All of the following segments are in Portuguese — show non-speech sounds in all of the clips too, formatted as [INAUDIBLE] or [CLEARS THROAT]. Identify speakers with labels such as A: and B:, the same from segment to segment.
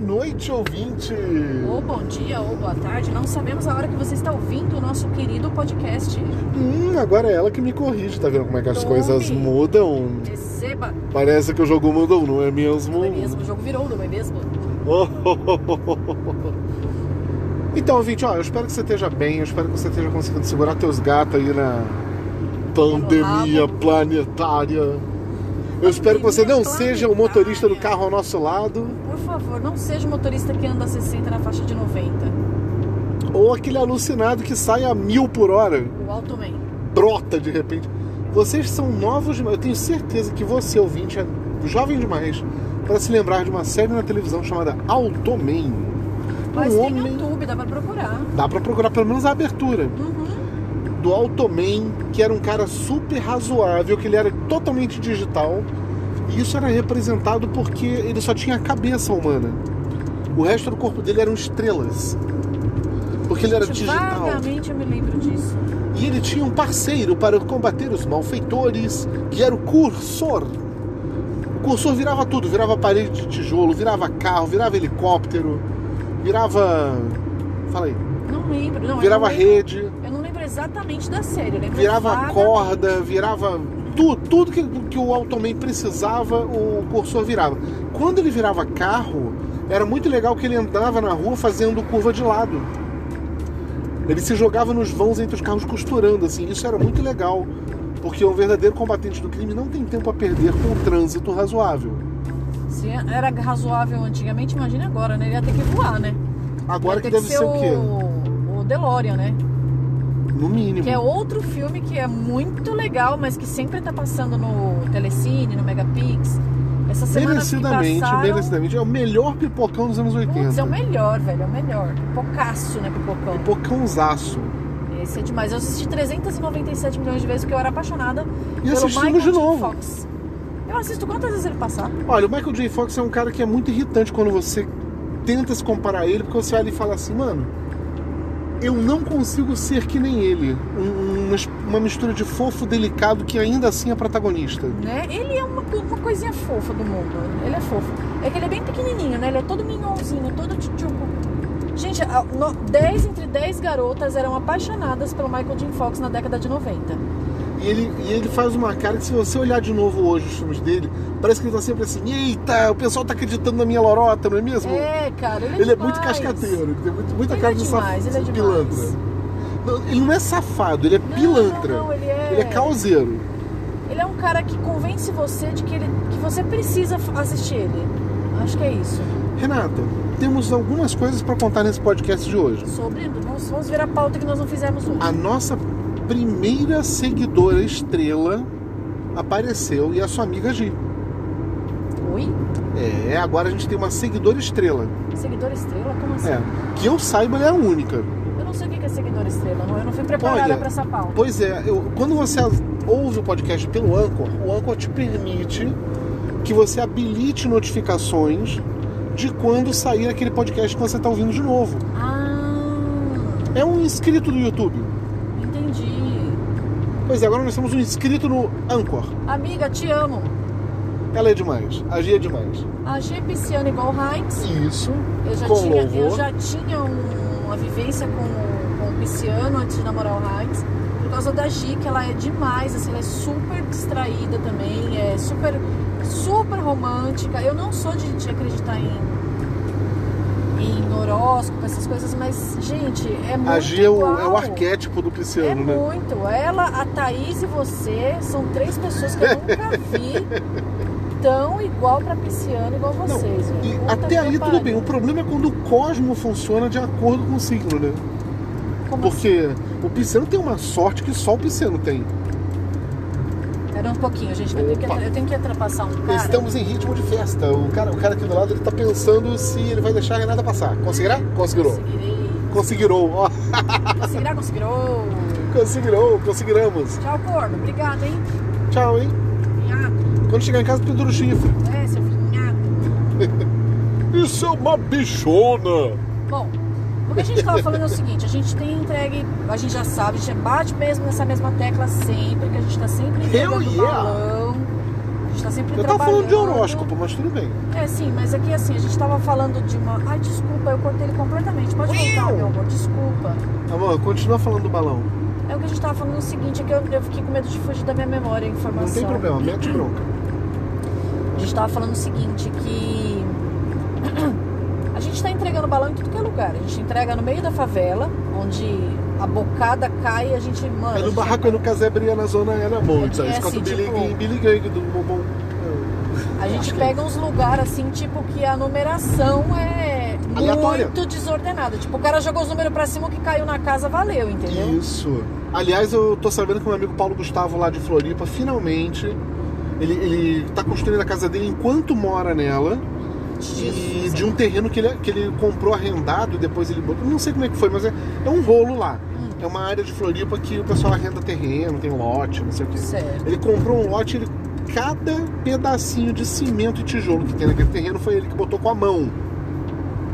A: noite, ouvinte!
B: Ou bom dia, ou boa tarde. Não sabemos a hora que você está ouvindo o nosso querido podcast.
A: Hum, agora é ela que me corrige, tá vendo como é que as
B: Tome.
A: coisas mudam?
B: Receba!
A: Parece que o jogo mudou, não é mesmo?
B: Não é mesmo? O jogo virou, não é mesmo?
A: Oh, oh, oh, oh, oh. [LAUGHS] Então, ouvinte, ó, eu espero que você esteja bem, eu espero que você esteja conseguindo segurar teus gatos aí na pandemia
B: rabo.
A: planetária. Eu espero que você não
B: Pandemia
A: seja o motorista do
B: planetária.
A: carro ao nosso lado,
B: Por favor, não seja o motorista que anda a 60 na faixa de 90.
A: ou aquele alucinado que sai a mil por hora,
B: O Alto Man.
A: brota de repente. Vocês são novos demais, eu tenho certeza que você, ouvinte, é jovem demais para se lembrar de uma série na televisão chamada Automan.
B: Mas
A: um
B: tem
A: homem...
B: YouTube, dá pra procurar.
A: Dá pra procurar pelo menos a abertura.
B: Uhum.
A: do Automan, que era um cara super razoável, que ele era totalmente digital. E isso era representado porque ele só tinha a cabeça humana. O resto do corpo dele eram estrelas. Porque ele era
B: Gente,
A: digital.
B: Vagamente eu me lembro disso.
A: E ele tinha um parceiro para combater os malfeitores, que era o cursor. O cursor virava tudo, virava parede de tijolo, virava carro, virava helicóptero, virava. Fala aí.
B: Não lembro. Não, eu
A: Virava
B: não lembro-
A: rede.
B: Eu não lembro exatamente da série. Eu lembro
A: virava
B: vagamente.
A: corda, virava tudo, tudo que, que o Automan precisava, o cursor virava. Quando ele virava carro, era muito legal que ele andava na rua fazendo curva de lado. Ele se jogava nos vãos entre os carros costurando, assim, isso era muito legal. Porque um verdadeiro combatente do crime não tem tempo a perder com o trânsito razoável.
B: Se era razoável antigamente, imagina agora, né? Ele ia ter que voar, né?
A: Agora
B: Ia ter
A: que deve ser, o quê?
B: o, o DeLorean, né?
A: No mínimo.
B: Que é outro filme que é muito legal, mas que sempre tá passando no Telecine, no Megapix. Essa semana
A: merecidamente,
B: que passaram,
A: merecidamente. É o melhor pipocão dos anos 80.
B: Putz, é o melhor, velho, é o melhor. Pipocaço, né, Pipocão?
A: Pipocãozaço.
B: Esse é demais. Eu assisti 397 milhões de vezes porque eu era apaixonada
A: E
B: pelo Michael
A: assistimos de
B: J.
A: novo.
B: Fox. Eu assisto quantas vezes ele passar.
A: Olha, o Michael J. Fox é um cara que é muito irritante quando você tenta se comparar a ele, porque você olha e fala assim, mano, eu não consigo ser que nem ele. Um- uma, es- uma mistura de fofo delicado que ainda assim é protagonista.
B: Né? Ele é uma, uma coisinha fofa do mundo. Ele é fofo. É que ele é bem pequenininho, né? Ele é todo minhãozinho, todo tchutchuco. Gente, a- no- 10 entre 10 garotas eram apaixonadas pelo Michael J. Fox na década de 90.
A: E ele, e ele faz uma cara que se você olhar de novo hoje os filmes dele, parece que ele tá sempre assim, eita, o pessoal tá acreditando na minha lorota, não é mesmo?
B: É, cara, ele é
A: ele é
B: demais.
A: muito cascateiro, ele tem muito- muita
B: Ele
A: cara
B: é
A: de
B: demais, ele é
A: safado,
B: demais.
A: pilantra. Não, ele não é safado, ele é
B: Não,
A: pilantra.
B: não, não, ele é-
A: Ele é causeiro.
B: Ele é um cara que convence você de que, ele, que você precisa f- assistir ele. Acho que é isso.
A: Renata, temos algumas coisas para contar nesse podcast de hoje.
B: Sobre. Vamos, vamos ver a pauta que nós não fizemos um. hoje.
A: A nossa primeira seguidora estrela apareceu e é a sua amiga Gi.
B: Oi?
A: É, agora a gente tem uma seguidora estrela.
B: Seguidor estrela? Como assim?
A: É, que eu saiba, ela é a única.
B: Eu não sei o que que é seguidor estrela, não. Eu não fui preparada
A: Olha,
B: pra essa pauta.
A: Pois é, eu- quando você ouve o podcast pelo Anchor, o Anchor te permite que você habilite notificações de quando sair aquele podcast que você está ouvindo de novo.
B: Ah,
A: É um inscrito do YouTube.
B: entendi.
A: Pois é, agora nós temos um inscrito no Anchor.
B: Amiga, te amo.
A: Ela é demais. A Gia é demais.
B: A G é pisciana igual o Heinz.
A: Isso.
B: Eu já
A: Com
B: tinha, eu
A: louvor.
B: já tinha um- uma vivência com, com o pisciano antes de namorar o Heinz. Por causa da G, que ela é demais, assim, ela é super distraída também, é super, super romântica. Eu não sou de, de acreditar em. Em horóscopo, essas coisas, mas, gente, é muito.
A: A Gia é o, é o
B: igual.
A: arquétipo do
B: É
A: pisciano, né?
B: muito. Ela, a Thaís e você são três pessoas que eu nunca vi tão igual pra pisciano igual vocês. velho.
A: E
B: Puta que
A: até ali tudo
B: pariu.
A: bem. O problema é quando o cosmo funciona de acordo com o signo, né?
B: Como
A: Porque o pisciano tem uma sorte que só o pisciano tem.
B: assim? Era um pouquinho, gente. que Eu tenho que,
A: Opa.
B: atra- eu tenho que ultrapassar um cara.
A: Estamos em ritmo de festa. O cara, o cara aqui do lado ele tá pensando se ele vai deixar a Renata passar. Conseguirá? Conseguirou.
B: Conseguirei.
A: Conseguirou, ó. [LAUGHS]
B: Conseguirá, conseguirou.
A: Conseguirou, conseguiramos.
B: Tchau, corno. Obrigada, hein?
A: Tchau, hein?
B: Finhato.
A: Quando chegar em casa, pendura o chifre.
B: É, seu finhato.
A: Isso é uma bichona!
B: Bom, o que a gente tava falando é o seguinte. A gente tem entregue... A gente já sabe. A gente bate mesmo nessa mesma tecla sempre. Que a gente tá sempre entregando
A: Hell yeah.
B: balão. gente tá sempre
A: Eu tava falando
B: trabalhando.
A: de horóscopo, mas tudo bem.
B: É, sim, mas aqui assim, a gente tava falando de uma. Ai, desculpa, eu cortei ele completamente. Pode voltar,
A: Uiu!
B: meu amor, desculpa.
A: Amor, Tá continua falando do balão.
B: É o que a gente tava falando o seguinte, é que eu, eu fiquei com medo de fugir da minha memória a informação.
A: Não tem problema, mete bronca.
B: A gente tava falando o seguinte, que [CLEARS THROAT] a gente tá entregando balão em tudo que é lugar. A gente entrega no meio da favela, onde a bocada cai e a gente, mano.
A: É
B: a
A: no
B: gente-
A: barraco, é no casebre, é na zona, é na bolsa.
B: É, é
A: Escuta
B: assim,
A: o Billy
B: tipo-
A: Gang, Billy Gang do Bobão.
B: A gente
A: Acho que
B: pega uns lugares assim, tipo, que a numeração é
A: Aleatória.
B: muito desordenada. Tipo, o cara jogou os números pra cima, o que caiu na casa valeu, entendeu?
A: Isso. Aliás, eu tô sabendo que meu amigo Paulo Gustavo lá de Floripa, finalmente, ele, ele tá construindo a casa dele enquanto mora nela. E
B: Jesus,
A: de um terreno que ele, que ele comprou arrendado e depois ele botou. Não sei como é que foi, mas é, é um rolo lá.
B: Hum.
A: É uma área de Floripa que o pessoal arrenda terreno, tem lote, não sei o quê.
B: Certo.
A: Ele comprou um lote, ele, cada pedacinho de cimento e tijolo que tem naquele terreno foi ele que botou com a mão.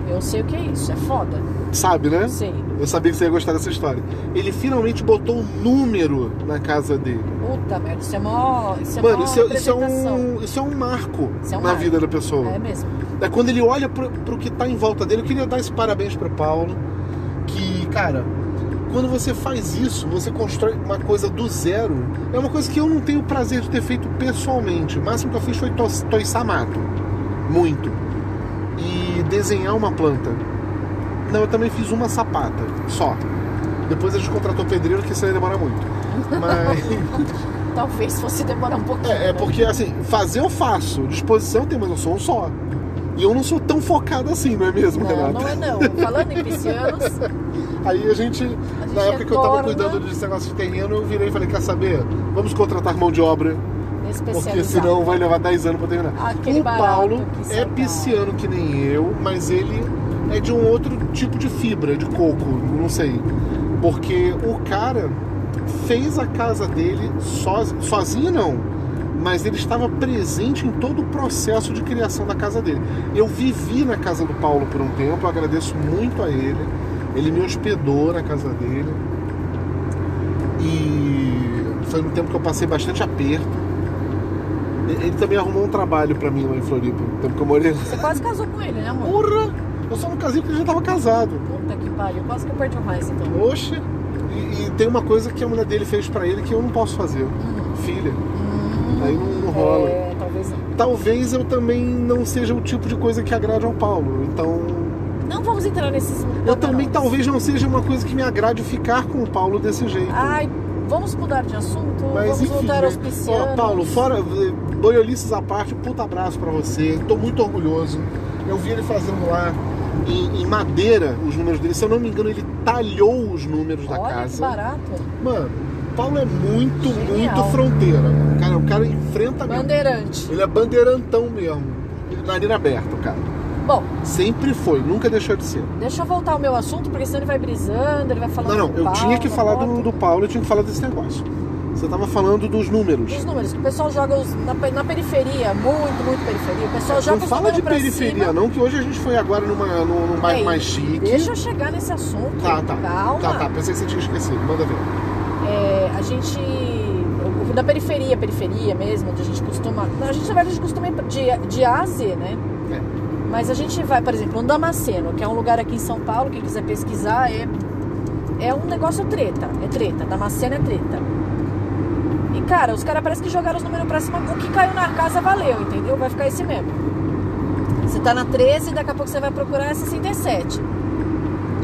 B: Eu sei o que é isso, é foda.
A: Sabe, né?
B: Eu sei.
A: Eu sabia que você ia gostar dessa história. Ele finalmente botou um número na casa dele.
B: Puta merda, isso é mó. Isso é
A: Mano,
B: mó
A: isso é, isso é
B: representação.
A: um, isso é um marco
B: Isso é um
A: na
B: marco.
A: vida da pessoa.
B: É mesmo.
A: É quando ele olha pro, pro que tá em volta dele. Eu queria dar esse parabéns pro Paulo. Que, cara, quando você faz isso, você constrói uma coisa do zero. É uma coisa que eu não tenho o prazer de ter feito pessoalmente. O máximo que eu fiz foi to- toiçar mato. Muito. E desenhar uma planta. Não, eu também fiz uma sapata. Só. Depois a gente contratou pedreiro, que isso aí demora muito. Mas.
B: Talvez fosse demorar um pouquinho.
A: É, é
B: né?
A: porque assim, fazer eu faço, disposição tem, mas eu sou um só. E eu não sou tão focado assim, não é mesmo,
B: Não,
A: Renata?
B: não é não. Falando em piscianos,
A: Aí a gente, é né? na época que eu tava
B: retorna.
A: cuidando desse negócio de terreno, eu virei e falei, quer saber? Vamos contratar mão de obra, [LAUGHS] porque senão vai levar 10 anos pra terminar.
B: Ah, Aquele
A: o Paulo
B: barato que sai
A: é
B: da-
A: pisciano que nem eu, mas ele é de um outro tipo de fibra, de coco, não sei. Porque o cara fez a casa dele sozinho, sozinho não, mas ele estava presente em todo o processo de criação da casa dele. Eu vivi na casa do Paulo por um tempo, eu agradeço muito a ele. Ele me hospedou na casa dele. E foi um tempo que eu passei bastante aperto. E- Ele também arrumou um trabalho pra mim lá em Floripa, no tempo que eu morei lá.
B: Você quase casou com ele, né, amor?
A: Porra! Eu só não casei porque eu já tava casado.
B: Puta que pariu. Quase que eu perdi o mais, então.
A: Oxe! E, e tem uma coisa que a mulher dele fez pra ele que eu não posso fazer.
B: Hum,
A: Filha,
B: hum,
A: aí não, não rola.
B: É, talvez não.
A: Talvez eu também não seja o tipo de coisa que agrade ao Paulo. Então.
B: Não vamos entrar nesses.
A: Eu
B: pormenores.
A: também talvez não seja uma coisa que me agrade ficar com o Paulo desse jeito.
B: Ai, vamos mudar de assunto?
A: Mas
B: vamos
A: enfim,
B: voltar aos
A: né?
B: piscianos?
A: Ó, Paulo, fora eh, boiolices à parte, um puta abraço pra você. Tô muito orgulhoso. Eu vi ele fazendo lá em, em madeira os números dele. Se eu não me engano, ele talhou os números da
B: Olha que
A: casa.
B: barato.
A: Mano, Paulo é muito,
B: Genial.
A: muito fronteira. O cara, o cara enfrenta mesmo.
B: Bandeirante.
A: Ele é bandeirantão mesmo. tá Narina aberta, o cara.
B: Bom,
A: Sempre foi, nunca deixou de ser.
B: deixa eu voltar ao meu assunto, porque senão ele vai brisando, ele vai falando.
A: Não, não,
B: do
A: eu
B: pau,
A: tinha que
B: da
A: falar
B: moto.
A: do, do Paulo, eu tinha que falar desse negócio. Você tava falando dos números.
B: Os números, que o pessoal joga os- na, pe- na periferia, muito, muito periferia. O pessoal joga
A: Não
B: os
A: fala
B: números
A: de
B: pra
A: periferia,
B: cima.
A: não, que hoje a gente foi agora numa, num, num bairro
B: Ei,
A: mais chique.
B: Deixa eu chegar nesse assunto.
A: Tá, tá.
B: Calma.
A: Tá, tá. Pensei que você tinha esquecido. Manda ver.
B: É, a gente. o- o- Da periferia, periferia mesmo, onde a gente costuma. A gente, na verdade, a gente costuma ir de, de A a Z, né?
A: É.
B: Mas a gente vai, por exemplo, no Damasceno, que é um lugar aqui em São Paulo, quem quiser pesquisar, é, é um negócio treta. É treta. Damasceno é treta. E, cara, os caras parecem que jogaram os números pra cima. O que caiu na casa valeu, entendeu? Vai ficar esse mesmo. Você tá na 13, daqui a pouco você vai procurar 67.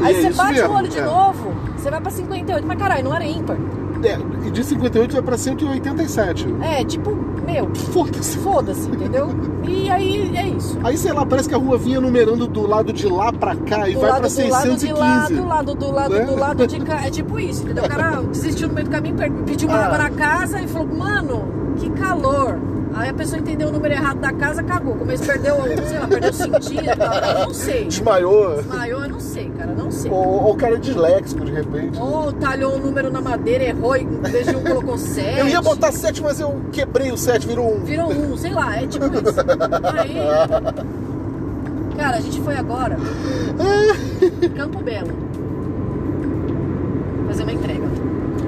A: E
B: Aí
A: é
B: você
A: isso
B: bate
A: mesmo,
B: o olho de
A: é.
B: novo, você vai pra 58. Mas caralho, não era ímpar.
A: É, e de 58 vai pra 187.
B: É, tipo, meu,
A: Foda-se.
B: foda-se, entendeu? E aí é isso.
A: Aí, sei lá, parece que a rua vinha numerando do lado de lá pra cá e
B: Do
A: vai
B: lado
A: pra
B: do lado
A: 615.
B: de lá, do lado do lado
A: né?
B: do lado de cá. É tipo isso, entendeu? O cara desistiu no meio do caminho, per- pediu uma
A: Ah.
B: água na casa e falou, mano, que calor. Aí a pessoa entendeu o número errado da casa, cagou. Começou, perdeu, sei lá, perdeu o sentido, tal, não sei.
A: Desmaiou.
B: Desmaiou, eu não sei, cara, não sei.
A: Ou, ou o cara é disléxico, de repente.
B: Ou talhou o número na madeira, errou e em vez de um colocou sete.
A: Eu ia botar 7, mas eu quebrei o 7, virou um.
B: Virou um, sei lá, é tipo isso. Aí. Cara, a gente foi agora. Campo Belo. Fazer uma entrega.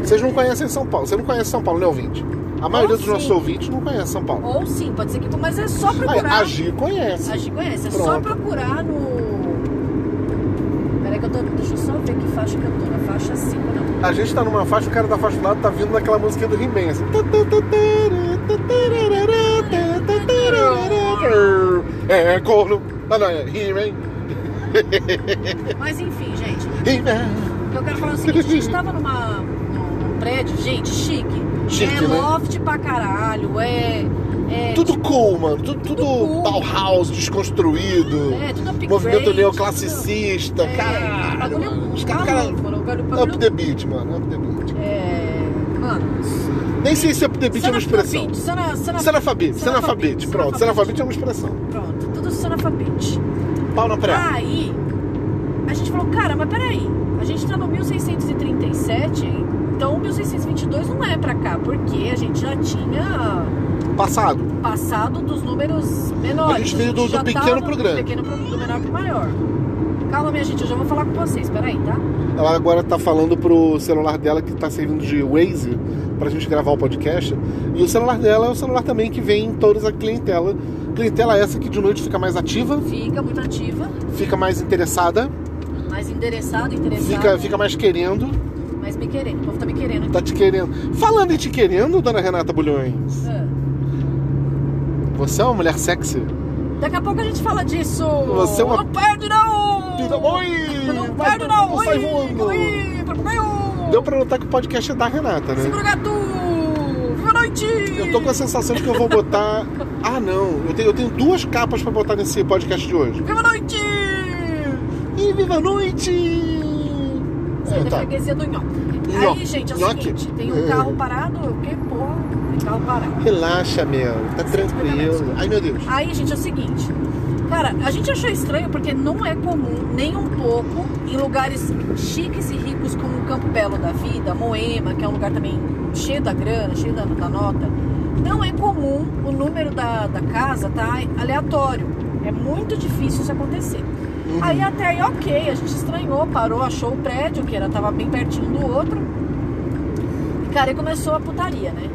A: Vocês não conhecem São Paulo. Você não conhece São Paulo, né, ouvinte? A maioria
B: Ou
A: dos nossos
B: sim.
A: ouvintes não conhece São Paulo.
B: Ou sim, pode ser que. Mas é só
A: Ah,
B: procurar.
A: a Gi conhece.
B: A gente conhece, é só
A: Pronto.
B: procurar no. Peraí que eu tô. Deixa eu só ver que faixa que eu tô. Na faixa 5, não.
A: A gente tá numa faixa, o cara da faixa do lado tá vindo naquela música do He-Man, assim. É, é corno. Ah, não, é He-Man.
B: Mas enfim, gente.
A: He-Man.
B: O que eu quero falar é o seguinte:
A: [LAUGHS]
B: a gente tava numa, num, num prédio, gente, chique.
A: Chique,
B: é
A: né?
B: loft pra caralho, é. é
A: Tudo cool, mano. Tudo, tudo
B: cool.
A: Bauhaus, desconstruído.
B: É, tudo upgrade,
A: Movimento
B: tudo-
A: neoclassicista.
B: É,
A: Caralho,
B: bagulho
A: mano. Os
B: maluco,
A: caras...
B: mano, o bagulho- o
A: Up
B: bagulho-
A: the beat, mano. Up the beat.
B: É. Mano,
A: Nem sei se up the beat é uma expressão.
B: sanafabite, sana- sana-
A: Sanafabite, sanafabite. Pronto, sanafabite é uma expressão.
B: Pronto, tudo sanafabite.
A: Pau na pré.
B: Aí, a gente falou, cara, mas peraí, a gente tá no 1637, então o 1622 não é pra cá, porque a gente já tinha
A: Passado.
B: passado dos números menores.
A: A gente veio do- do
B: já tava
A: pequeno
B: no
A: pro grande.
B: pequeno pro- do menor pro maior. Calma, minha gente, eu já vou falar com vocês, peraí, tá?
A: Ela agora tá falando pro celular dela que tá servindo de Waze pra gente gravar o podcast. E o celular dela é o celular também que vem em todas a clientela. Clientela é essa que de noite fica mais ativa,
B: Fica muito ativa,
A: fica mais interessada,
B: mais endereçada, interessada,
A: fica, fica mais querendo,
B: mais me querendo. O povo tá me querendo.
A: tá te querendo. Falando em te querendo, dona Renata Bulhões,
B: Ah.
A: você é uma mulher sexy?
B: Daqui a pouco a gente fala disso.
A: Você é uma-
B: Não perde não!
A: Pita, oi!
B: Eu não
A: Vai,
B: perde não!
A: não sai
B: Oi,
A: tá voando!
B: oi, papagaio!
A: Deu pra notar que o podcast é da Renata, né?
B: Segura o gato! Boa noite!
A: Eu tô com a sensação de que eu vou botar. Ah, não. Eu tenho, eu tenho duas capas pra botar nesse podcast de hoje.
B: Viva a noite!
A: E viva a noite!
B: Sai
A: É,
B: da
A: tá.
B: freguesia do nhoque.
A: Nhoque.
B: Aí, gente, é o
A: Nhoque.
B: seguinte: tem
A: É.
B: um carro parado, eu que porra, tem carro parado.
A: Relaxa, meu. Tá tranquilo. Ai, meu Deus.
B: Aí, gente, é o seguinte. Cara, a gente achou estranho porque não é comum, nem um pouco, em lugares chiques e ricos como Campo Belo da Vida, Moema, que é um lugar também cheio da grana, cheio da, da nota, não é comum o número da, da casa tá aleatório. É muito difícil isso acontecer. Aí até aí, ok, a gente estranhou, parou, achou o prédio, que era, tava bem pertinho do outro. E, cara, aí começou a putaria, né?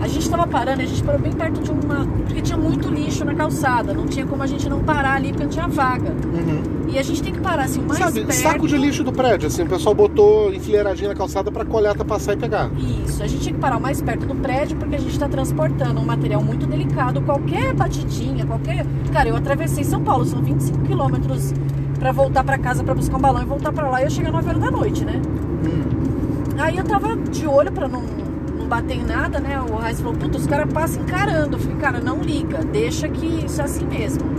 B: A gente tava parando, a gente parou bem perto de uma. Porque tinha muito lixo na calçada, não tinha como a gente não parar ali porque não tinha vaga.
A: Uhum.
B: E a gente tem que parar assim, o mais
A: Sabe,
B: perto.
A: saco de lixo do prédio, assim, o pessoal botou enfileiradinha na calçada pra coleta passar e pegar.
B: Isso, a gente tinha que parar o mais perto do prédio porque a gente está transportando um material muito delicado. Qualquer batidinha, qualquer. Cara, eu atravessei São Paulo, são 25 quilômetros pra voltar pra casa pra buscar um balão e voltar pra lá e eu chegar 9 horas da noite, né?
A: Hum.
B: Aí eu tava de olho pra não, não bater em nada, né? O Raiz falou, puta, os caras passam encarando. Eu falei, cara, não liga, deixa que isso é assim mesmo.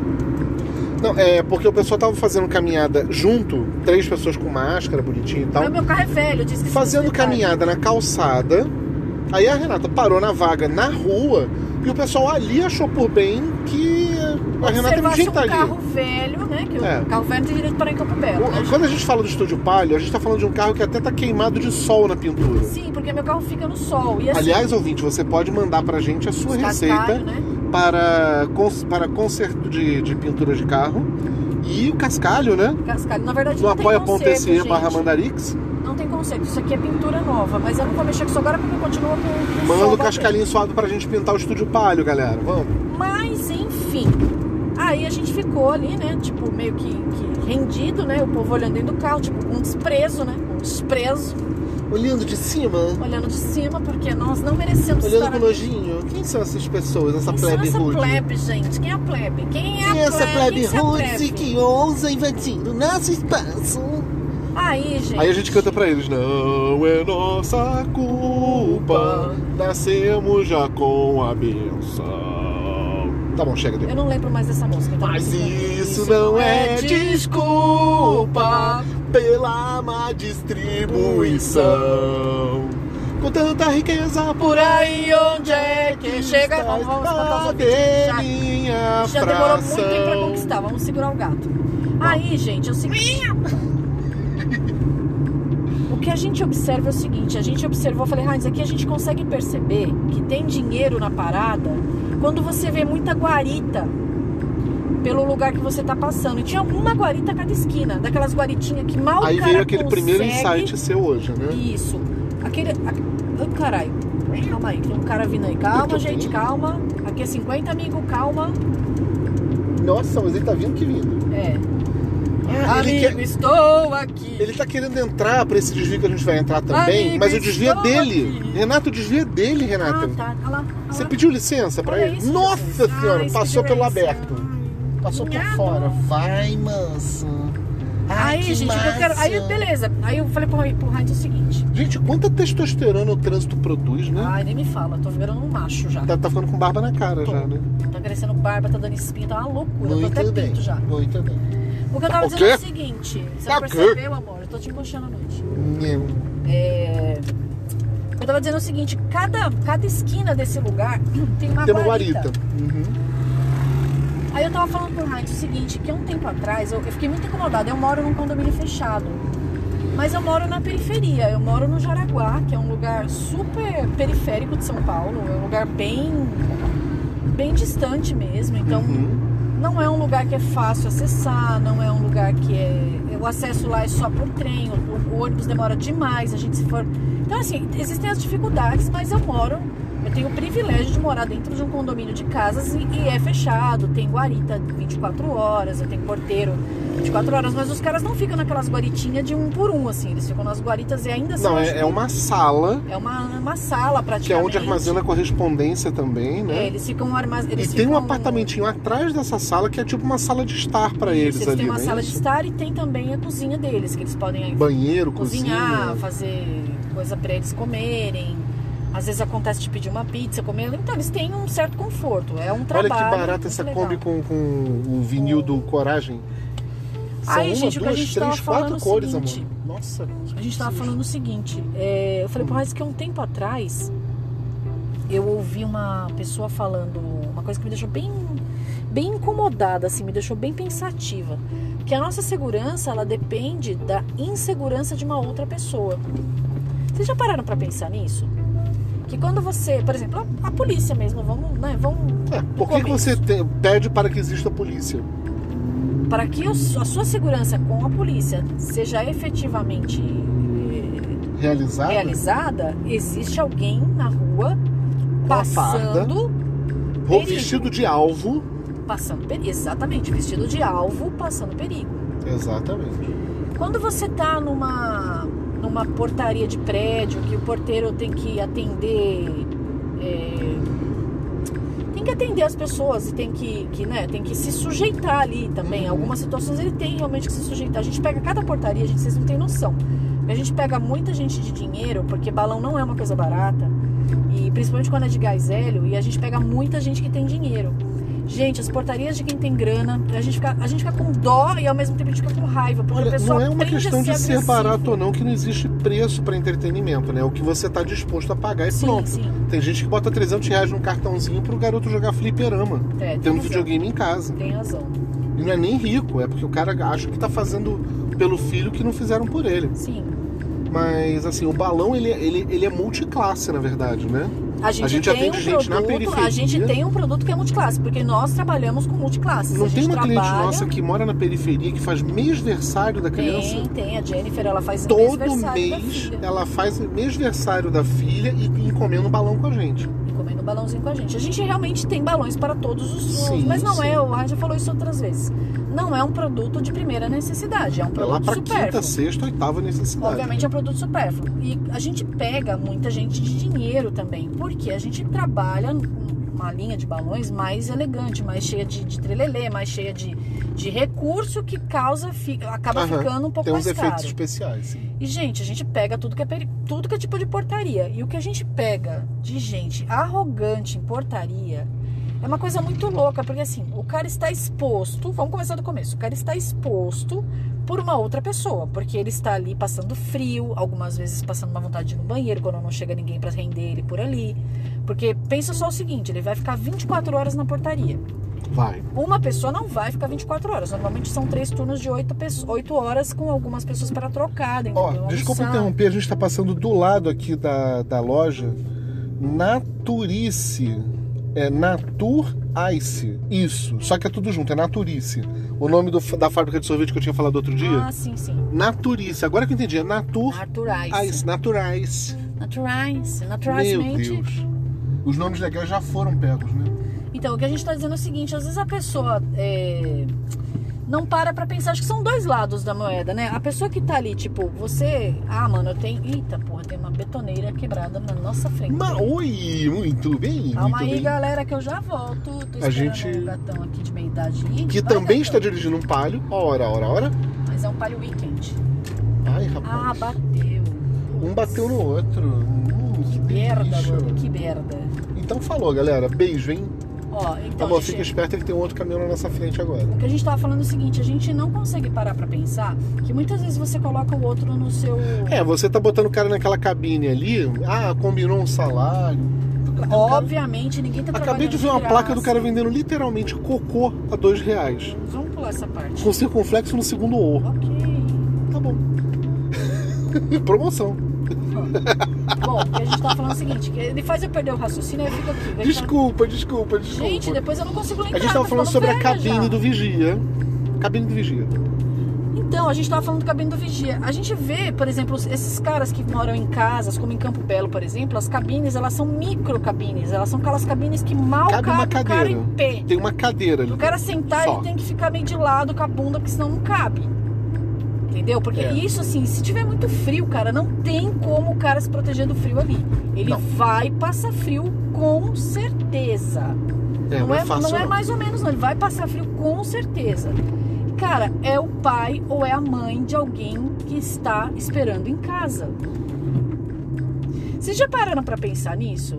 A: Não, é porque o pessoal tava fazendo caminhada junto, três pessoas com máscara bonitinha e tal,
B: Mas meu carro é velho, eu disse que
A: Tá fazendo caminhada na calçada. Aí a Renata parou na vaga na rua e o pessoal ali achou por bem que a Renata não tinha que
B: um
A: estar ali.
B: carro velho, né? Que
A: É.
B: o carro velho tem direito para ir em Campo Belo. né?
A: O- Quando a gente fala do estúdio palio, a gente tá falando de um carro que até tá queimado de sol na pintura.
B: Sim, porque meu carro fica no sol. E assim,
A: Aliás, ouvinte, você pode mandar pra gente a sua
B: os
A: receita
B: cascalhos, né?
A: para, cons- para conserto de, de pintura de carro e o cascalho, né?
B: Cascalho. Na verdade,
A: No
B: não tem conserto,
A: apoia.se
B: gente.
A: barra mandarix,
B: Não tem conserto. Isso aqui é pintura nova. Mas eu não vou mexer com isso agora porque continua com com o
A: manda
B: sol
A: o
B: batendo.
A: cascalhinho suado pra gente pintar o estúdio palio, galera. Vamos.
B: Mas, enfim. Aí a gente ficou ali, né? Tipo, meio que, que rendido, né? O povo olhando dentro do carro, tipo, com um desprezo, né? Um desprezo.
A: Olhando de cima,
B: Olhando de cima, porque nós não merecemos estar
A: olhando com
B: aqui.
A: nojinho, quem são essas pessoas, essa
B: Quem são
A: plebe
B: essa
A: rude?
B: plebe, gente? Quem é a plebe? Quem é
A: Quem é
B: a
A: essa
B: plebe?
A: plebe
B: Quem é essa
A: rude
B: plebe?
A: que ousa invadindo nosso espaço?
B: Aí, gente.
A: Aí a gente canta pra eles: Não é nossa culpa, nascemos já com a benção. Tá bom, chega, deu.
B: Eu não lembro mais dessa música. tá?
A: Mas isso não é desculpa pela má distribuição. Com tanta riqueza por
B: Por aí onde é que chega. Vamos, vamos cantar os ouvintes.
A: a minha
B: Já, já demorou muito tempo pra
A: fração.
B: conquistar. Vamos segurar o gato. Aí, gente, é o seguinte. O que a gente observa é o seguinte, a gente observou, eu falei, Heinz, aqui a gente consegue perceber que tem dinheiro na parada quando você vê muita guarita pelo lugar que você tá passando. E tinha uma guarita a cada esquina, daquelas guaritinhas que mal o
A: Aí
B: cara
A: veio aquele primeiro
B: consegue-
A: insight seu hoje, né?
B: Isso. Aquele. A... Ai, caralho. Calma aí, tem um cara vindo aí. Calma, gente, calma. Aqui é 50, amigo, calma.
A: Nossa, mas ele tá vindo que vindo.
B: É.
A: Ah, ele
B: amigo,
A: quer-
B: estou aqui.
A: Ele tá querendo entrar pra esse desvio que a gente vai entrar também,
B: Amigo,
A: mas o desvio é
B: estou
A: dele.
B: aqui.
A: Renato, o desvio é dele, Renata.
B: Ah, tá. Olha lá. olha
A: Você
B: lá.
A: pediu licença pra
B: Olha
A: ele?
B: isso,
A: Nossa
B: Jesus.
A: senhora,
B: Ah, isso
A: passou
B: pediu
A: pelo
B: licença.
A: aberto. Passou por
B: Obrigado.
A: fora. Vai, manso. Ai,
B: Aí,
A: que
B: gente, eu quero. Aí, é
A: massa.
B: beleza. Aí eu falei pro, pro Heinz o seguinte.
A: Gente, quanta testosterona o trânsito produz, né?
B: Ai, nem me fala, tô virando um macho já.
A: Tá, tá ficando com barba na cara
B: Ah. Tô.
A: já, né?
B: Tá crescendo barba, tá dando espinha, tá uma loucura. Eu tô até
A: Muito bem.
B: pinto já.
A: Muito bem.
B: O que eu tava
A: O
B: dizendo é o
A: quê?
B: seguinte. Você
A: Tá
B: não
A: quê?
B: percebeu, amor? Eu tô te embuchando à noite.
A: Meu.
B: É, Eu tava dizendo o seguinte, cada, cada esquina desse lugar [CLEARS THROAT] tem uma
A: Tem uma
B: guarita.
A: guarita. Uhum.
B: Aí eu tava falando pro Heinz o seguinte, que há um tempo atrás eu, eu fiquei muito incomodada. Eu moro num condomínio fechado. Mas eu moro na periferia, eu moro no Jaraguá, que é um lugar super periférico de São Paulo, é um lugar bem bem distante mesmo, então
A: Uhum.
B: não é um lugar que é fácil acessar, não é um lugar que é. O acesso lá é só por trem, o, o ônibus demora demais, a gente se for. Então, assim, existem as dificuldades, mas eu moro, eu tenho o privilégio de morar dentro de um condomínio de casas e, e é fechado, tem guarita 24 horas, eu tenho porteiro 24 horas, mas os caras não ficam naquelas guaritinhas de um por um, assim, eles ficam nas guaritas e ainda assim. eu
A: Não,
B: acho
A: é, é
B: que
A: uma sala,
B: é uma, uma sala praticamente.
A: que é onde armazena a correspondência também,
B: É,
A: né?
B: eles ficam armazenando.
A: e tem um apartamentinho atrás dessa sala que é tipo uma sala de estar pra
B: Isso,
A: eles ali,
B: têm uma
A: né?
B: sala de estar e tem também a cozinha deles, que eles podem aí
A: Banheiro,
B: cozinhar,
A: cozinha.
B: fazer coisa pra eles comerem. Às vezes acontece de pedir uma pizza, comer. Então eles têm um certo conforto. É um
A: Olha
B: trabalho.
A: que
B: muito
A: barata essa
B: legal.
A: Kombi com, com o vinil do Coragem. São
B: Aí,
A: uma,
B: gente, o que a
A: duas,
B: gente tava
A: três,
B: falando é
A: quatro
B: o
A: cores,
B: seguinte.
A: amor. Nossa.
B: A gente tava falando o seguinte, é, eu falei pro Raiz que há um tempo atrás eu ouvi uma pessoa falando uma coisa que me deixou bem, bem incomodada, assim, me deixou bem pensativa. Que a nossa segurança, ela depende da insegurança de uma outra pessoa. Vocês já pararam pra pensar nisso? Que quando você, por exemplo, a, a polícia mesmo, vamos, né, vamos
A: É, por que, que
B: começo.
A: você te- pede para que exista a polícia?
B: para que o- a sua segurança com a polícia seja efetivamente eh,
A: Realizada?
B: realizada, existe alguém na rua
A: a farda.
B: passando,
A: Vou
B: perigo.
A: vestido de alvo.
B: passando perigo, exatamente, vestido de alvo, passando perigo.
A: Exatamente.
B: Quando você tá numa numa portaria de prédio que o porteiro tem que atender é, tem que atender as pessoas e tem que, que, né, tem que se sujeitar ali também.
A: Uhum.
B: Algumas situações ele tem realmente que se sujeitar. A gente pega cada portaria, gente, vocês não têm noção. A gente pega muita gente de dinheiro, porque balão não é uma coisa barata. E principalmente quando é de gás hélio, e a gente pega muita gente que tem dinheiro. Gente, as portarias de quem tem grana, a gente fica, a gente fica com dó e ao mesmo tempo a gente fica com raiva. Porque a
A: Olha,
B: pessoa
A: não é uma
B: aprende
A: questão
B: a ser
A: de ser
B: agressiva.
A: barato ou não, que não existe preço para entretenimento, né? O que você está disposto a pagar e
B: Sim,
A: pronto.
B: sim.
A: Tem gente que bota 300 reais num cartãozinho pro garoto jogar fliperama,
B: É, tem
A: tendo
B: razão.
A: videogame em casa.
B: Tem razão.
A: E não é nem rico, é porque o cara acha que tá fazendo pelo filho que não fizeram por ele.
B: Sim.
A: Mas, assim, o balão, ele, ele, ele é multiclasse, na verdade, né?
B: A gente,
A: A gente
B: tem
A: atende
B: um
A: gente na
B: produto,
A: periferia.
B: A gente tem um produto que é multiclasse, porque nós trabalhamos com multiclasses. a
A: Não
B: gente
A: tem uma cliente
B: trabalha-
A: nossa que mora na periferia, que faz mêsversário da criança?
B: Tem, tem. A Jennifer, ela faz
A: Todo
B: mêsversário da
A: mês
B: filha.
A: ela faz o mêsversário da filha e encomenda um balão com a gente.
B: E comendo um balãozinho com a gente. A gente realmente tem balões para todos os usos,
A: Sim,
B: mas não
A: sim.
B: é, o Ryan já falou isso outras vezes. Não é um produto de primeira necessidade, é um
A: É lá
B: produto
A: pra quinta,
B: supérfluo.
A: sexta, oitava necessidade.
B: Obviamente é um produto supérfluo. E a gente pega muita gente de dinheiro também, porque a gente trabalha com uma linha de balões mais elegante, mais cheia de, de trelelê, mais cheia de, de recurso que causa, fi- acaba
A: Aham.
B: ficando um pouco
A: Tem uns
B: mais
A: efeitos
B: caro.
A: especiais, sim.
B: E, gente, a gente pega tudo que, é peri- tudo que é tipo de portaria. E o que a gente pega de gente arrogante em portaria é uma coisa muito louca, porque assim, o cara está exposto. Vamos começar do começo. O cara está exposto por uma outra pessoa, porque ele está ali passando frio, algumas vezes passando uma vontade de ir no banheiro, quando não chega ninguém para render ele por ali. Porque pensa só o seguinte: ele vai ficar 24 horas na portaria
A: Vai.
B: uma pessoa não vai ficar 24 horas. Normalmente são três turnos de 8, horas com algumas pessoas para trocar, entendeu?
A: Ó, desculpa
B: Almoçar.
A: interromper, a gente tá passando do lado aqui da, da loja Naturice. É Natur Ice. Isso. Só que é tudo junto, é Naturice. O nome do- da fábrica de sorvete que eu tinha falado outro dia?
B: Ah, sim, sim.
A: Naturice. Agora que eu entendi, é Natur
B: Arthur Ice.
A: Ice. Naturais.
B: Naturais.
A: Meu
B: Naturalmente.
A: Deus. Os nomes legais já foram pegos, né?
B: Então, o que a gente tá dizendo é o seguinte, às vezes a pessoa é, não para pra pensar, acho que são dois lados da moeda, né? A pessoa que tá ali, tipo, você, ah, mano, eu tenho, eita, porra, tem uma betoneira quebrada na nossa frente.
A: Ma- Oi, muito bem,
B: Calma
A: muito
B: aí,
A: bem.
B: galera, que eu já volto. Tô esperando
A: gente-
B: um gatão aqui de meia idade ir.
A: Que
B: Vai,
A: também está
B: gatão.
A: dirigindo um palio. Ora, ora, ora.
B: Mas é um palio weekend.
A: Ai,
B: Ah,
A: rapaz.
B: bateu.
A: um bateu no outro. Hum,
B: Que merda, mano, que merda.
A: Então falou, galera. Beijo, hein?
B: Ó, então,
A: Amor,
B: gente,
A: fica esperto que tem um outro caminhão na nossa frente agora.
B: O que a gente tava falando é o seguinte, a gente não consegue parar pra pensar que muitas vezes você coloca o outro no seu...
A: É, você tá botando o cara naquela cabine ali. Ah, combinou um salário.
B: Obviamente, ninguém tá
A: Acabei
B: trabalhando
A: de ver uma
B: graça.
A: placa do cara vendendo literalmente cocô a dois reais.
B: Vamos pular essa parte.
A: Com circunflexo no segundo O.
B: Ok.
A: Tá bom. [LAUGHS] Promoção.
B: Bom, o que a gente tava falando é o seguinte, que ele faz eu perder o raciocínio e eu fico aqui.
A: Desculpa, desculpa, desculpa.
B: Gente, depois eu não consigo lembrar.
A: A gente tava
B: tô
A: falando
B: ficando
A: sobre a
B: velha
A: cabine
B: já.
A: do vigia. Cabine do vigia.
B: Então, a gente tava falando do cabine do vigia. A gente vê, por exemplo, os- esses caras que moram em casas, como em Campo Belo, por exemplo, as cabines, elas são micro cabines. Elas são aquelas cabines que mal
A: Cabe uma
B: o cara
A: cadeira.
B: em pé.
A: Tem uma cadeira ali. É,
B: O cara sentar,
A: Só.
B: ele tem que ficar meio de lado com a bunda, porque senão não cabe. Entendeu? Porque
A: É.
B: isso, assim, se tiver muito frio, cara, não tem como o cara se proteger do frio ali. Ele
A: Não.
B: vai passar frio com certeza.
A: É, não é fácil.
B: não é
A: não.
B: mais ou menos, não. Ele vai passar frio com certeza. E, Cara, é o pai ou é a mãe de alguém que está esperando em casa. Vocês já pararam pra pensar nisso?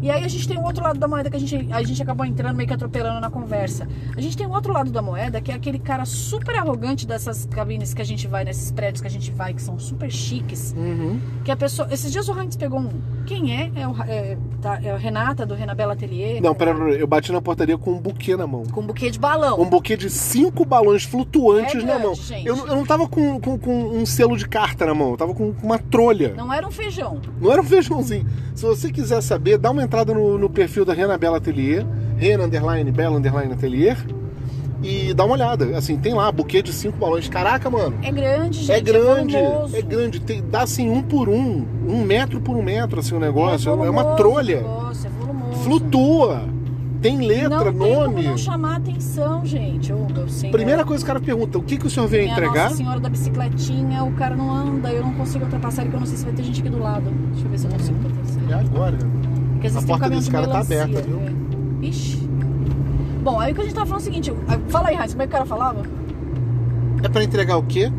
B: E aí a gente tem o outro lado da moeda que a gente, a gente acabou entrando meio que atropelando na conversa. A gente tem o outro lado da moeda que é aquele cara super arrogante dessas cabines que a gente vai, nesses prédios que a gente vai, que são super chiques.
A: Uhum.
B: Que a pessoa. Esses dias o Heinz pegou um. Quem é? É, o, Ra- é, tá, é a Renata, do Renabela Atelier.
A: Não, pera, pera, eu bati na portaria com um buquê na mão.
B: Com um buquê de balão.
A: Um buquê de cinco balões flutuantes
B: É
A: na
B: grande,
A: mão.
B: gente.
A: Eu, não- eu não tava com, com- com um selo de carta na mão, eu tava com uma trolha. Não,
B: Não era um feijão.
A: era um feijãozinho. Se você quiser saber, dá uma entrada no, no perfil da Rena Bela Atelier, Rena Underline Bela Underline Atelier, e dá uma olhada. Assim, tem lá, buquê de cinco balões. Caraca, mano.
B: É grande, gente.
A: é grande,
B: volumoso.
A: é grande. Tem, dá assim um por um, um metro por um metro, assim, o negócio. É, uma
B: volumoso
A: trolha.
B: o negócio, é volumoso.
A: Flutua. Tem
B: não
A: letra,
B: tem
A: nome.
B: como não chamar atenção, gente. Ô, meu senhor.
A: Primeira coisa que o cara pergunta, o que, que o senhor veio
B: Minha
A: entregar?
B: É Nossa Senhora da bicicletinha, o cara não anda, eu não consigo ultrapassar ele, que eu não sei se vai ter gente aqui do lado. Deixa eu ver se eu consigo ultrapassar.
A: É agora.
B: Porque às
A: A
B: vezes tem um
A: porta
B: caminhão
A: desse
B: de
A: cara tá
B: melancia,
A: aberta, viu?
B: é. Ixi. Bom, aí o que a gente tava falando é o seguinte, eu- fala aí, Raiz, como é que o cara falava?
A: É pra entregar o quê?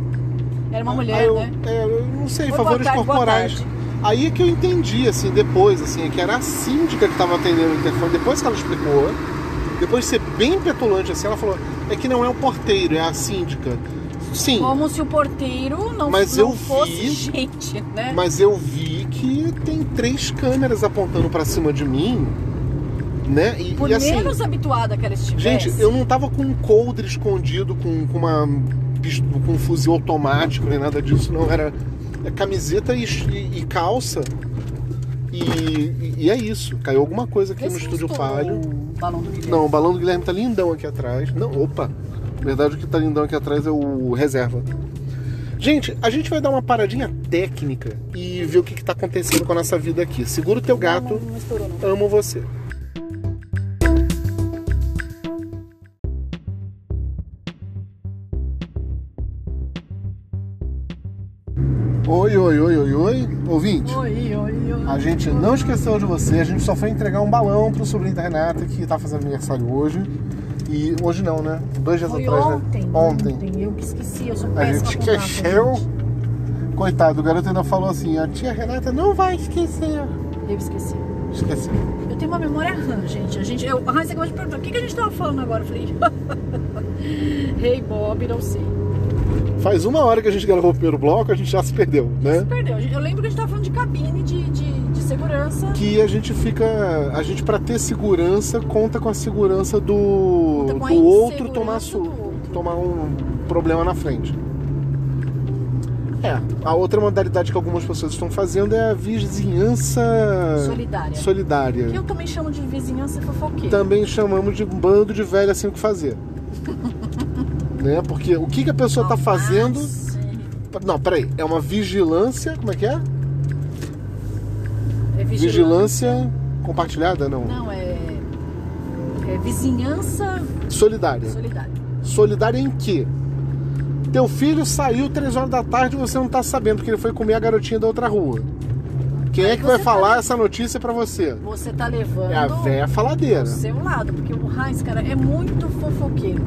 B: Era uma mulher,
A: Ah, eu,
B: né?
A: é, eu não sei,
B: Oi,
A: favores
B: boa tarde, boa
A: corporais.
B: tarde.
A: Aí é que eu entendi, assim, depois, assim, é que era a síndica que tava atendendo o interfone, depois que ela explicou, depois de ser bem petulante, assim, ela falou, é que não é o porteiro, é a síndica. Sim,
B: Como se o porteiro não,
A: Mas
B: não
A: eu
B: fosse
A: vi-
B: [LAUGHS] gente, né?
A: mas eu vi que tem três câmeras apontando pra cima de mim, né? E,
B: Por
A: e, assim,
B: menos habituada que ela estivesse.
A: Gente, eu não tava com um coldre escondido, com, com uma pist- com um fuzil automático, nem nada disso, não. Era é camiseta e, e- e calça. E, e- e é isso. Caiu alguma coisa aqui
B: Vê
A: no
B: se
A: estúdio
B: estourou
A: palho.
B: o balão do Guilherme.
A: Não, o balão do Guilherme tá lindão aqui atrás. Não, opa. Na verdade, o que tá lindão aqui atrás é o reserva. Gente, a gente vai dar uma paradinha técnica e ver o que, que tá acontecendo com a nossa vida aqui. Segura o teu gato.
B: Não, não estourou, não.
A: Amo você. Oi, oi, oi, oi, oi, ouvinte.
B: Oi, oi, oi.
A: A gente não esqueceu de você, a gente só foi entregar um balão pro sobrinho da Renata que tá fazendo aniversário hoje. E hoje não, né? Dois dias
B: Foi
A: atrás,
B: ontem,
A: né? Ontem.
B: Eu que esqueci, eu sou
A: A
B: péssima
A: gente
B: com data,
A: esqueceu.
B: gente.
A: Coitado, o garoto ainda falou assim: a tia Renata não vai esquecer.
B: Eu esqueci.
A: Esqueceu.
B: Eu tenho uma memória RAM, gente. A gente eu, a Raíssa acabou de perguntar, o que, que a gente tava falando agora? Eu falei, [LAUGHS] hey Bob, não sei.
A: Faz uma hora que a gente gravou o primeiro bloco, a gente já se perdeu, né?
B: Perdeu. A gente- Eu lembro que a gente tava falando de cabine de, de, de segurança.
A: Que a gente fica. A gente, pra ter segurança, conta com a segurança do,
B: Conta com a
A: do outro
B: insegurança
A: tomar su,
B: do outro.
A: tomar um problema na frente. É, a outra modalidade que algumas pessoas estão fazendo é a vizinhança
B: Solidária.
A: solidária.
B: Que eu também chamo de vizinhança fofoqueira.
A: Também chamamos de bando de velha sem o que
B: [LAUGHS]
A: fazer. né? Porque o que, que a pessoa tá fazendo.
B: Nossa.
A: Não, peraí. É uma vigilância. Como é que é? Vigilância, compartilhada, não.
B: Não, é, é vizinhança
A: Solidária.
B: solidária.
A: Solidária em quê? Teu filho saiu três horas da tarde e você não tá sabendo porque ele foi comer a garotinha da outra rua. Quem é
B: Aí
A: que vai
B: você
A: falar
B: tá-
A: essa notícia pra você?
B: Você tá levando
A: É a véia faladeira.
B: o seu lado, porque o Heinz, cara, é muito fofoqueiro.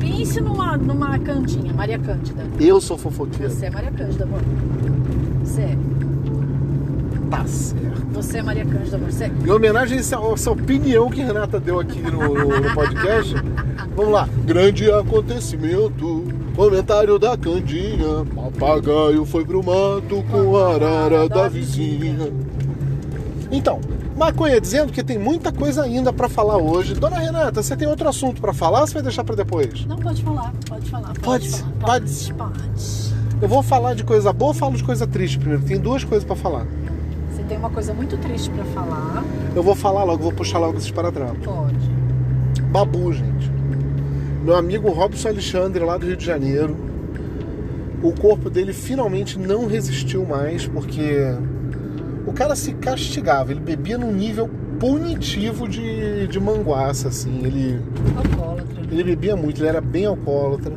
B: Pense numa, numa Candinha, Maria Cândida.
A: Eu sou fofoqueiro.
B: Você é Maria Cândida, amor. Você é.
A: Tá certo.
B: Você é Maria Cândida, amor. Você é.
A: Em homenagem a essa, a essa opinião que a Renata deu aqui no, no- no podcast, vamos lá. Grande acontecimento, comentário da Candinha. Papagaio foi pro mato com a arara da vizinha. Então, maconha dizendo que tem muita coisa ainda pra falar hoje. Dona Renata, você tem outro assunto pra falar ou você vai deixar pra depois?
B: Não, pode falar, pode falar.
A: Pode,
B: falar,
A: pode.
B: pode. pode.
A: Eu vou falar de coisa boa ou falo de coisa triste primeiro? Tem duas coisas pra falar.
B: Você tem uma coisa muito triste pra falar,
A: Eu vou falar logo, vou puxar logo esses paradrapos.
B: pode.
A: Babu, gente. Meu amigo Robson Alexandre, lá do Rio de Janeiro. O corpo dele finalmente não resistiu mais, porque o cara se castigava. Ele bebia num nível punitivo de, de manguaça, assim. Ele,
B: Alcoólatra.
A: ele é bebia muito, ele era bem alcoólatra.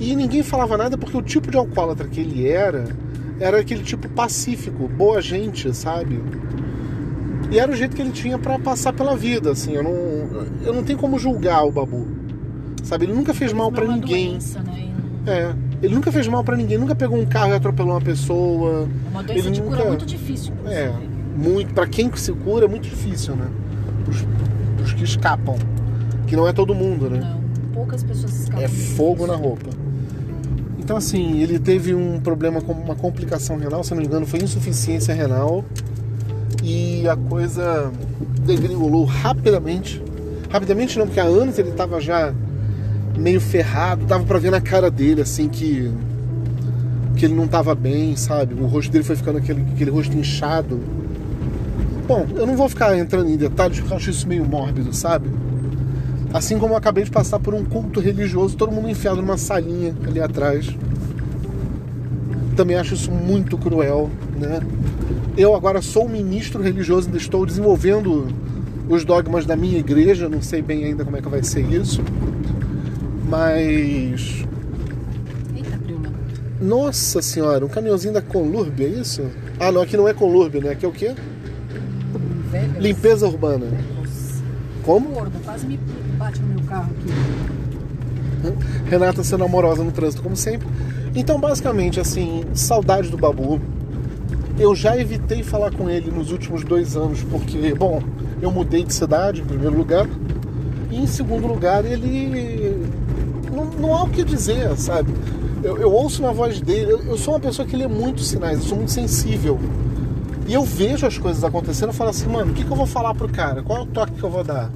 A: E ninguém falava nada porque o tipo de alcoólatra que ele era era aquele tipo pacífico, boa gente, sabe? E era o jeito que ele tinha pra passar pela vida, assim. Eu não, eu não tenho como julgar o Babu. Sabe? Ele nunca fez mal
B: Não
A: pra
B: é uma
A: ninguém.
B: Doença, né?
A: É. Ele nunca fez mal pra ninguém, nunca pegou um carro e atropelou uma pessoa.
B: É uma doença
A: Ele
B: de cura
A: nunca-
B: muito difícil.
A: É,
B: inclusive.
A: muito. Para quem se cura é muito difícil, né? Pros, pros que escapam. Que não é todo mundo, né?
B: Não, poucas pessoas escapam.
A: É
B: disso.
A: fogo na roupa. Então, assim, ele teve um problema com uma complicação renal, se não me engano, foi insuficiência renal. E a coisa degringolou rapidamente. Rapidamente não, porque há anos ele tava já meio ferrado, dava pra ver na cara dele, assim, que. que ele não tava bem, sabe? O rosto dele foi ficando aquele, aquele rosto inchado. Bom, eu não vou ficar entrando em detalhes porque eu acho isso meio mórbido, sabe? Assim como eu acabei de passar por um culto religioso, todo mundo enfiado numa salinha ali atrás. Também acho isso muito cruel, né? Eu agora sou um ministro religioso, ainda estou desenvolvendo os dogmas da minha igreja, não sei bem ainda como é que vai ser isso. Mas.
B: Eita, Bruna.
A: Nossa senhora, um caminhãozinho da Conlurb, é isso? Ah, não, aqui não é Conlurb, né? Aqui é o quê?
B: Velho.
A: Limpeza urbana.
B: Nossa,
A: Como?
B: gordo, quase me bate no meu carro aqui.
A: né? Renata sendo amorosa no trânsito, como sempre. Então, basicamente, assim, saudade do Babu. Eu já evitei falar com ele nos últimos dois anos, porque, bom, eu mudei de cidade, em primeiro lugar. E, em segundo lugar, ele. Não, não há o que dizer, sabe? Eu, eu ouço na voz dele. Eu, eu sou uma pessoa que lê muitos sinais, eu sou muito sensível. E eu vejo as coisas acontecendo e falo assim, mano, o que, que eu vou falar pro cara? Qual é o toque que eu vou dar?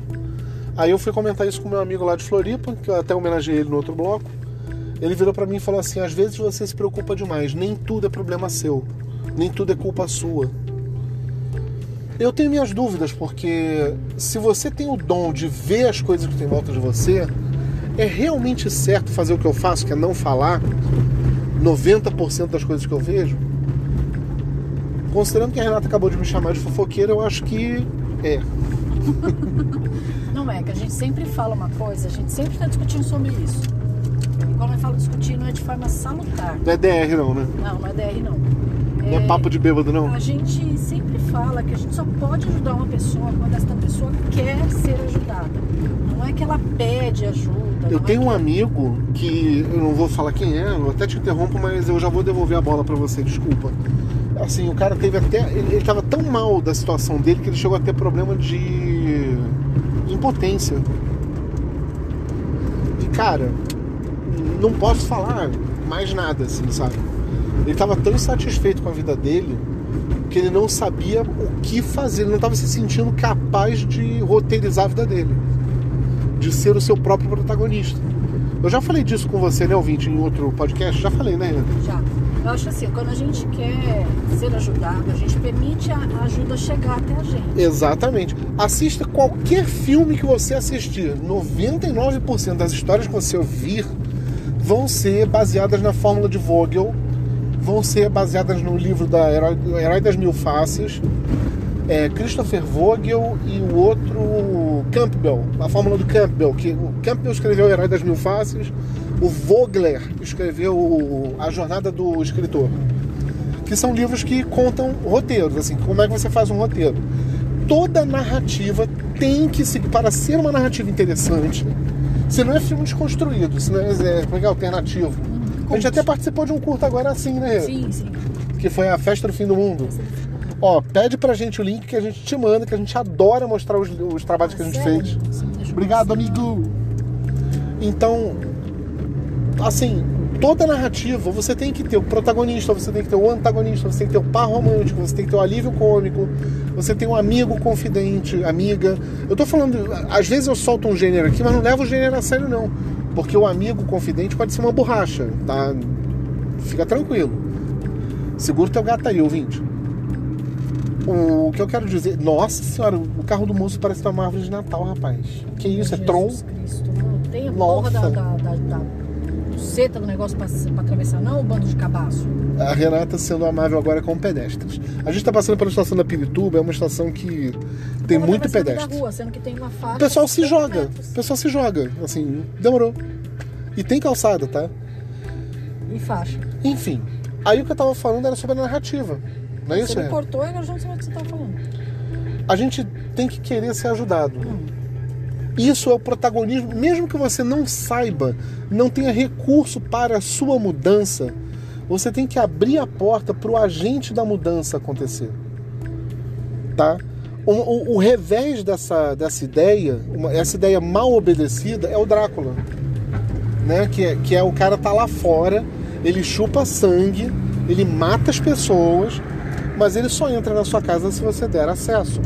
A: Aí eu fui comentar isso com meu amigo lá de Floripa, que eu até homenageei ele no outro bloco. Ele virou pra mim e falou assim: às vezes você se preocupa demais, nem tudo é problema seu, nem tudo é culpa sua. Eu tenho minhas dúvidas, porque se você tem o dom de ver as coisas que tem em volta de você, é realmente certo fazer o que eu faço, que é não falar 90% das coisas que eu vejo? Considerando que a Renata acabou de me chamar de fofoqueira, eu acho que é.
B: Não é, que a gente sempre fala uma coisa, a gente sempre tá discutindo sobre isso. E quando eu falo discutir, não é de forma salutar.
A: Não é DR, não, né?
B: Não, não é DR, não.
A: Não é papo de bêbado, não.
B: A gente sempre fala que a gente só pode ajudar uma pessoa quando esta pessoa quer ser ajudada. Não é que ela pede ajuda.
A: Eu
B: não
A: tenho
B: é
A: um
B: que...
A: amigo que eu não vou falar quem é, eu até te interrompo, mas eu já vou devolver a bola pra você, desculpa. Assim, o cara teve até. Ele, ele tava tão mal da situação dele que ele chegou a ter problema de impotência. E cara, não posso falar mais nada, assim, sabe? Ele tava tão insatisfeito com a vida dele que ele não sabia o que fazer, ele não tava se sentindo capaz de roteirizar a vida dele de ser o seu próprio protagonista. Eu já falei disso com você, né, ouvinte, em outro podcast? Já falei, né, Renata?
B: Já. Eu acho assim, quando a gente quer ser ajudado, a gente permite a ajuda chegar até a gente.
A: Exatamente. Assista qualquer filme que você assistir. 99% das histórias que você ouvir vão ser baseadas na fórmula de Vogel, vão ser baseadas no livro da Herói, Herói das Mil Faces, é, Christopher Vogel e o outro Campbell, a fórmula do Campbell, que o Campbell escreveu O Herói das Mil Faces, o Vogler escreveu A Jornada do Escritor, que são livros que contam roteiros, assim, como é que você faz um roteiro. Toda narrativa tem que seguir, para ser uma narrativa interessante, se não é filme desconstruído, se não é, é, como é, que é alternativo. A gente até participou de um curto agora assim, né? Rê?
B: Sim, sim.
A: Que foi a Festa do Fim do Mundo. Ó, pede pra gente o link que a gente te manda, que a gente adora mostrar os, os trabalhos que a gente
B: Sério?
A: fez.
B: Sim, deixa eu
A: Obrigado,
B: ver.
A: amigo. Então, assim, toda narrativa você tem que ter o protagonista, você tem que ter o antagonista, você tem que ter o par romântico, você tem que ter o alívio cômico, você tem um amigo confidente, amiga. Eu tô falando, às vezes eu solto um gênero aqui, mas não levo o gênero a sério, não. Porque o amigo confidente pode ser uma borracha, tá? Fica tranquilo. Segura o teu gato aí, ouvinte. O que eu quero dizer. Nossa senhora, o carro do moço parece uma árvore de Natal, rapaz. Que isso? É
B: Jesus
A: Tron?
B: Cristo, mano. Tem a porra da,
A: Nossa.
B: da, da, da seta do negócio pra, pra atravessar, não o bando de cabaço.
A: A Renata sendo amável agora com pedestres. A gente tá passando pela estação da Pirituba, é uma estação que tem
B: Tava
A: muito
B: atravessando
A: pedestre.
B: da rua, sendo que tem uma faixa
A: O pessoal se
B: de
A: joga.
B: metros.
A: O pessoal se joga. Assim, demorou. E tem calçada, tá?
B: E faixa.
A: Enfim. Aí o que eu tava falando era sobre a narrativa. Não é isso,
B: você me
A: Renata?
B: cortou e agora eu já não sei mais o que você tá falando.
A: a gente tem que querer ser ajudado. Isso é o protagonismo, mesmo que você não saiba, não tenha recurso para a sua mudança, você tem que abrir a porta para o agente da mudança acontecer. Tá? O, o- o revés dessa, dessa ideia, uma- essa ideia mal obedecida, é o Drácula. Né? Que, é, que é o cara tá lá fora, ele chupa sangue, ele mata as pessoas, mas ele só entra na sua casa se você der acesso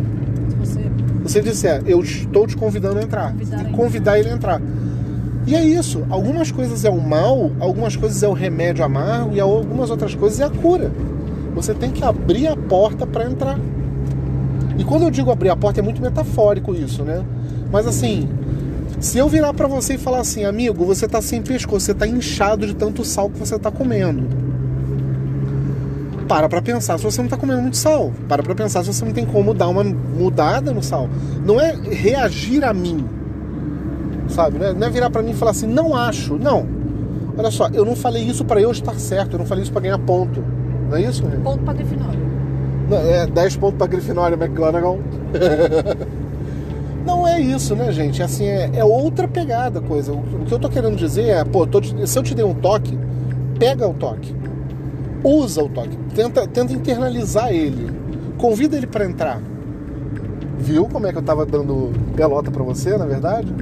B: Se você
A: você disser, eu estou te convidando a entrar.
B: Convidar
A: e
B: ele.
A: convidar ele a entrar. E é isso. Algumas coisas é o mal, algumas coisas é o remédio amargo e algumas outras coisas é a cura. Você tem que abrir a porta para entrar. E quando eu digo abrir a porta, é muito metafórico isso, né? Mas assim, se eu virar para você e falar assim, amigo, você tá sem pescoço, você tá inchado de tanto sal que você tá comendo. Para pra pensar se você não tá comendo muito sal. Para pra pensar se você não tem como dar uma mudada no sal. Não é reagir a mim. Sabe? Não é, não é virar pra mim e falar assim, não acho. Não. Olha só, eu não falei isso pra eu estar certo, eu não falei isso pra ganhar ponto. Não é isso? Renan?
B: ponto pra definir.
A: Não, é 10 pontos pra Grifinória, McGonagall. Não é isso, né, gente? Assim, é, é outra pegada a coisa. O, o que eu tô querendo dizer é, pô, tô te- se eu te dei um toque, pega o toque. Usa o toque. Tenta, tenta internalizar ele. Convida ele pra entrar. Viu como é que eu tava dando pelota pra você, na verdade?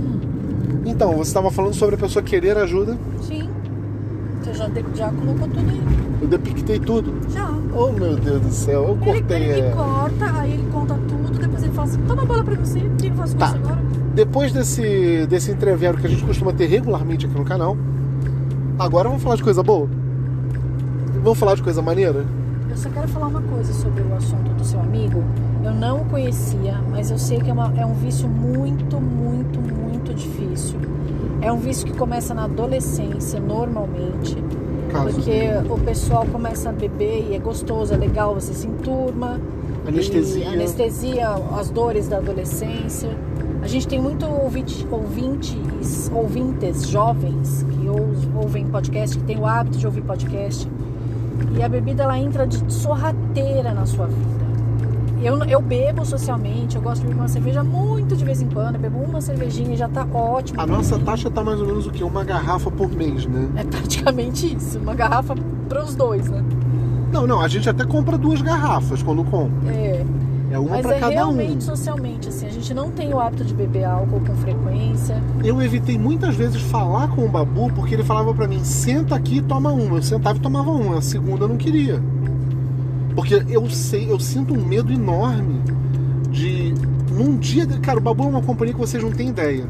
A: Então, você tava falando sobre a pessoa querer ajuda.
B: Sim. Você já, de- já colocou tudo aí.
A: Eu depictei tudo.
B: Já.
A: Oh, meu Deus do céu, eu
B: Ele,
A: cortei.
B: ele
A: é.
B: me corta, aí ele conta tudo, depois ele fala assim, toma a bola pra você, o que eu faço com
A: Tá.
B: isso agora?
A: Depois desse, desse entrevero que a gente costuma ter regularmente aqui no canal, agora vamos falar de coisa boa? Vamos falar de coisa maneira?
B: Eu só quero falar uma coisa sobre o assunto do seu amigo. Eu não o conhecia, mas eu sei que é, uma- é um vício muito, muito, muito difícil. É um vício que começa na adolescência, normalmente.
A: Caso.
B: Porque o pessoal começa a beber e é gostoso, é legal, você se enturma.
A: Anestesia.
B: E anestesia, as dores da adolescência. A gente tem muito ouvinte, ouvintes, ouvintes jovens que ou- ouvem podcast, que tem o hábito de ouvir podcast. E a bebida ela entra de sorrateira na sua vida. Eu, eu bebo socialmente, eu gosto de beber uma cerveja muito de vez em quando, eu bebo uma cervejinha e já tá ótimo.
A: A nossa taxa tá mais ou menos o quê? Uma garrafa por mês, né?
B: É praticamente isso, uma garrafa para os dois, né?
A: Não, não, a gente até compra duas garrafas quando compra.
B: É.
A: É uma
B: Mas
A: pra
B: é
A: cada um.
B: realmente socialmente, assim, a gente não tem o hábito de beber álcool com frequência.
A: Eu evitei muitas vezes falar com o Babu porque ele falava pra mim, senta aqui e toma uma. Eu sentava e tomava uma, a segunda eu não queria. Porque eu sei, eu sinto um medo enorme de num dia, de- cara, o Babu é uma companhia que vocês não têm ideia.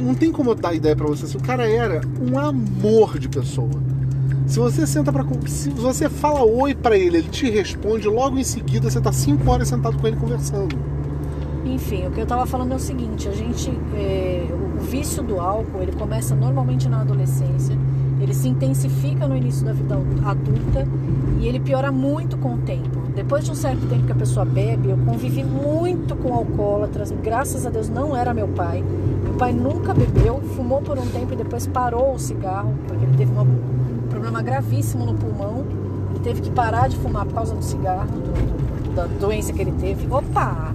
A: Não tem como eu dar ideia pra vocês. O cara era um amor de pessoa. Se você senta para se você fala oi pra ele, ele te responde, logo em seguida você tá cinco horas sentado com ele conversando.
B: Enfim, o que eu tava falando é o seguinte, a gente. é, o- o vício do álcool, ele começa normalmente na adolescência Ele se intensifica no início da vida adulta e ele piora muito com o tempo. Depois de um certo tempo que a pessoa bebe, eu convivi muito com alcoólatras. Graças a Deus não era meu pai. Meu pai nunca bebeu, fumou por um tempo e depois parou o cigarro, porque ele teve uma- um problema gravíssimo no pulmão. Ele teve que parar de fumar por causa do cigarro, do- do- da doença que ele teve. Opa!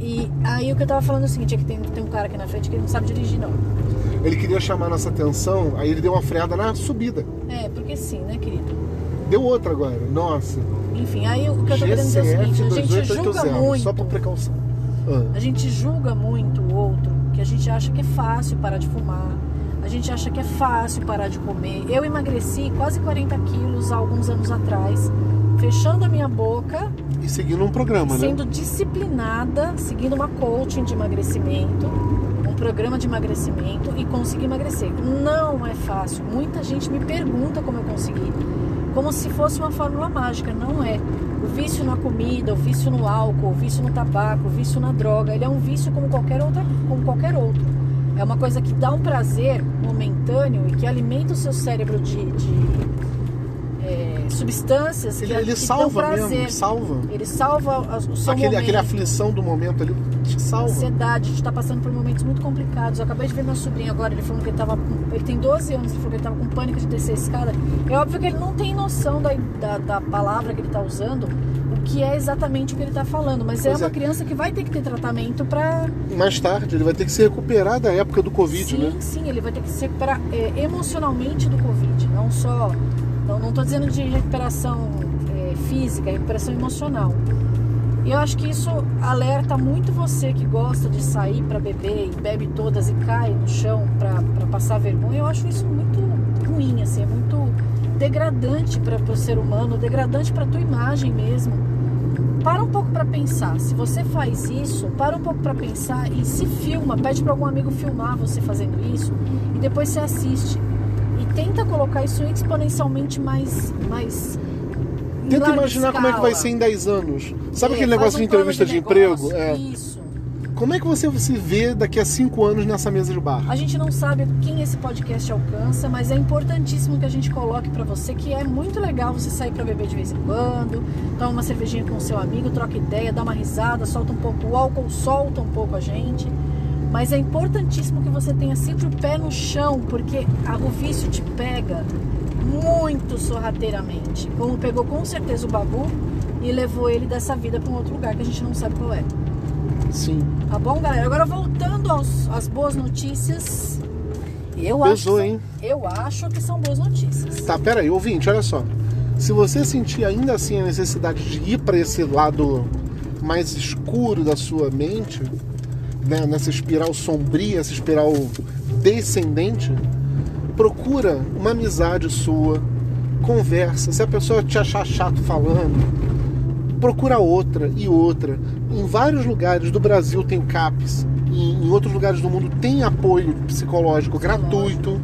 B: E aí o que eu tava falando é o seguinte, é que tem, tem um cara aqui na frente que ele não sabe dirigir, não.
A: Ele queria chamar nossa atenção, aí ele deu uma freada na subida.
B: É, porque sim, né, querido?
A: Deu outra agora. Nossa.
B: Enfim, aí o que eu tô querendo dizer é o
A: GCF
B: seguinte, a gente julga
A: 2880,
B: muito.
A: só por precaução. Ah,
B: A gente julga muito o outro, que a gente acha que é fácil parar de fumar, a gente acha que é fácil parar de comer. Eu emagreci quase 40 quilos há alguns anos atrás, fechando a minha boca,
A: e seguindo um programa, né?
B: sendo disciplinada, seguindo uma coaching de emagrecimento, um programa de emagrecimento e consegui emagrecer. Não é fácil. Muita gente me pergunta como eu consegui. Como se fosse uma fórmula mágica, não é. O vício na comida, o vício no álcool, o vício no tabaco, o vício na droga, ele é um vício como qualquer outra, como qualquer outro. É uma coisa que dá um prazer momentâneo e que alimenta o seu cérebro de, de, é, substâncias
A: Ele,
B: que,
A: ele
B: que
A: salva
B: dão prazer.
A: mesmo, salva.
B: Ele salva as- o seu
A: Aquele,
B: momento,
A: aquele aflição do momento ali te
B: a
A: salva.
B: ansiedade, a gente tá passando por momentos muito complicados. Eu acabei de ver meu sobrinho agora, ele falou que ele tava. com- Ele tem 12 anos, ele falou que ele tava com pânico de descer a escada. É óbvio que ele não tem noção da, da, da palavra que ele tá usando, o que é exatamente o que ele tá falando. Mas é
A: Pois
B: uma
A: é.
B: criança que vai ter que ter tratamento pra.
A: Mais tarde, ele vai ter que se recuperar da época do Covid,
B: sim,
A: né?
B: sim, ele vai ter que se recuperar é, emocionalmente do Covid, não só. Não, não tô dizendo de recuperação é, física, é recuperação emocional. E eu acho que isso alerta muito você que gosta de sair pra beber e bebe todas e cai no chão pra pra passar vergonha. Eu acho isso muito ruim, assim, é muito degradante para o ser humano, degradante para tua imagem mesmo. Para um pouco pra pensar. Se você faz isso, para um pouco pra pensar e se filma, pede pra algum amigo filmar você fazendo isso e depois você assiste e tenta colocar isso exponencialmente mais mais em
A: Tenta
B: larga
A: imaginar como é que vai
B: escala.
A: ser em 10 anos. Sabe
B: É,
A: aquele
B: faz
A: negócio de
B: um plano
A: entrevista de,
B: negócio,
A: emprego? É.
B: Isso.
A: Como é que você se vê daqui a 5 anos nessa mesa de bar?
B: A gente não sabe quem esse podcast alcança, mas é importantíssimo que a gente coloque pra você que é muito legal você sair pra beber de vez em quando, tomar uma cervejinha com seu amigo, troca ideia, dá uma risada, solta um pouco o álcool, solta um pouco a gente. Mas é importantíssimo que você tenha sempre o pé no chão, porque a- o vício te pega muito sorrateiramente. Como pegou com certeza o Babu e levou ele dessa vida pra um outro lugar que a gente não sabe qual é.
A: Sim.
B: Tá bom, galera? Agora voltando aos- às boas notícias. Eu
A: Pesou,
B: acho,
A: hein?
B: que, eu acho que são boas notícias.
A: Tá, peraí, ouvinte, olha só. Se você sentir ainda assim a necessidade de ir para esse lado mais escuro da sua mente, né, nessa espiral sombria, essa espiral descendente, procura uma amizade sua, conversa. Se a pessoa te achar chato falando, procura outra e outra. Em vários lugares do Brasil tem o CAPES, em, em outros lugares do mundo tem apoio psicológico gratuito.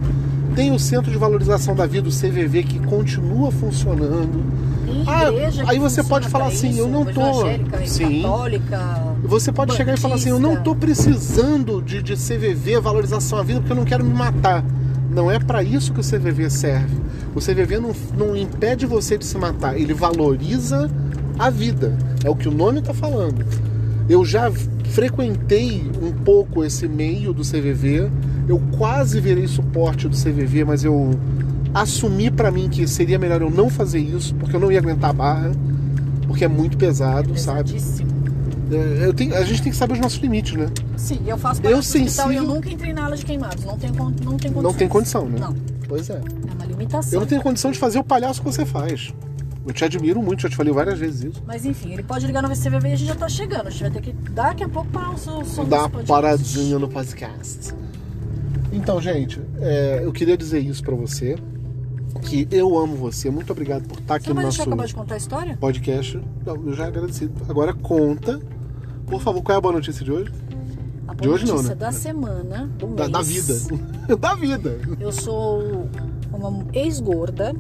A: Tem o Centro de Valorização da Vida, o CVV, que continua funcionando.
B: Tem
A: Ah,
B: igreja que
A: aí você
B: funciona
A: pode falar
B: pra
A: assim,
B: isso,
A: eu não tô-
B: evangélica,
A: Sim.
B: católica.
A: Você pode chegar e falar assim: eu não tô precisando de, de CVV, valorização à vida, porque eu não quero me matar. Não é para isso que o CVV serve. O CVV não, não impede você de se matar, ele valoriza a vida. É o que o nome tá falando. Eu já frequentei um pouco esse meio do CVV, eu quase virei suporte do CVV, mas eu assumi para mim que seria melhor eu não fazer isso, porque eu não ia aguentar a barra, porque é muito pesado, sabe?
B: Pesadíssimo.
A: É, eu tenho- a gente tem que saber os nossos limites, né?
B: Sim, eu faço
A: Eu
B: parte do hospital e eu
A: sensível-
B: nunca entrei na ala de queimados. Não tenho, con- não tenho condição.
A: Não tem condição, né?
B: Não,
A: Pois é.
B: é uma limitação.
A: Eu não tenho condição de fazer o palhaço que você faz. Eu te admiro muito, já te falei várias vezes isso.
B: Mas enfim, ele pode ligar no VCVV e a gente já tá chegando. A gente vai ter que daqui a pouco parar o som som
A: Dá uma
B: desse podcast.
A: paradinha no podcast. Então, gente, é, eu queria dizer isso pra você. Que eu amo você. Muito obrigado por estar aqui
B: Você não
A: no
B: vai deixar eu
A: nosso
B: acabar de contar a história?
A: podcast. Não, eu já agradeci. Agora conta. Por favor, qual é a boa notícia de hoje?
B: A
A: De hoje não,
B: notícia
A: né?
B: da semana, do
A: Da, da
B: mês.
A: vida. [LAUGHS] da vida.
B: Eu sou uma ex-gorda.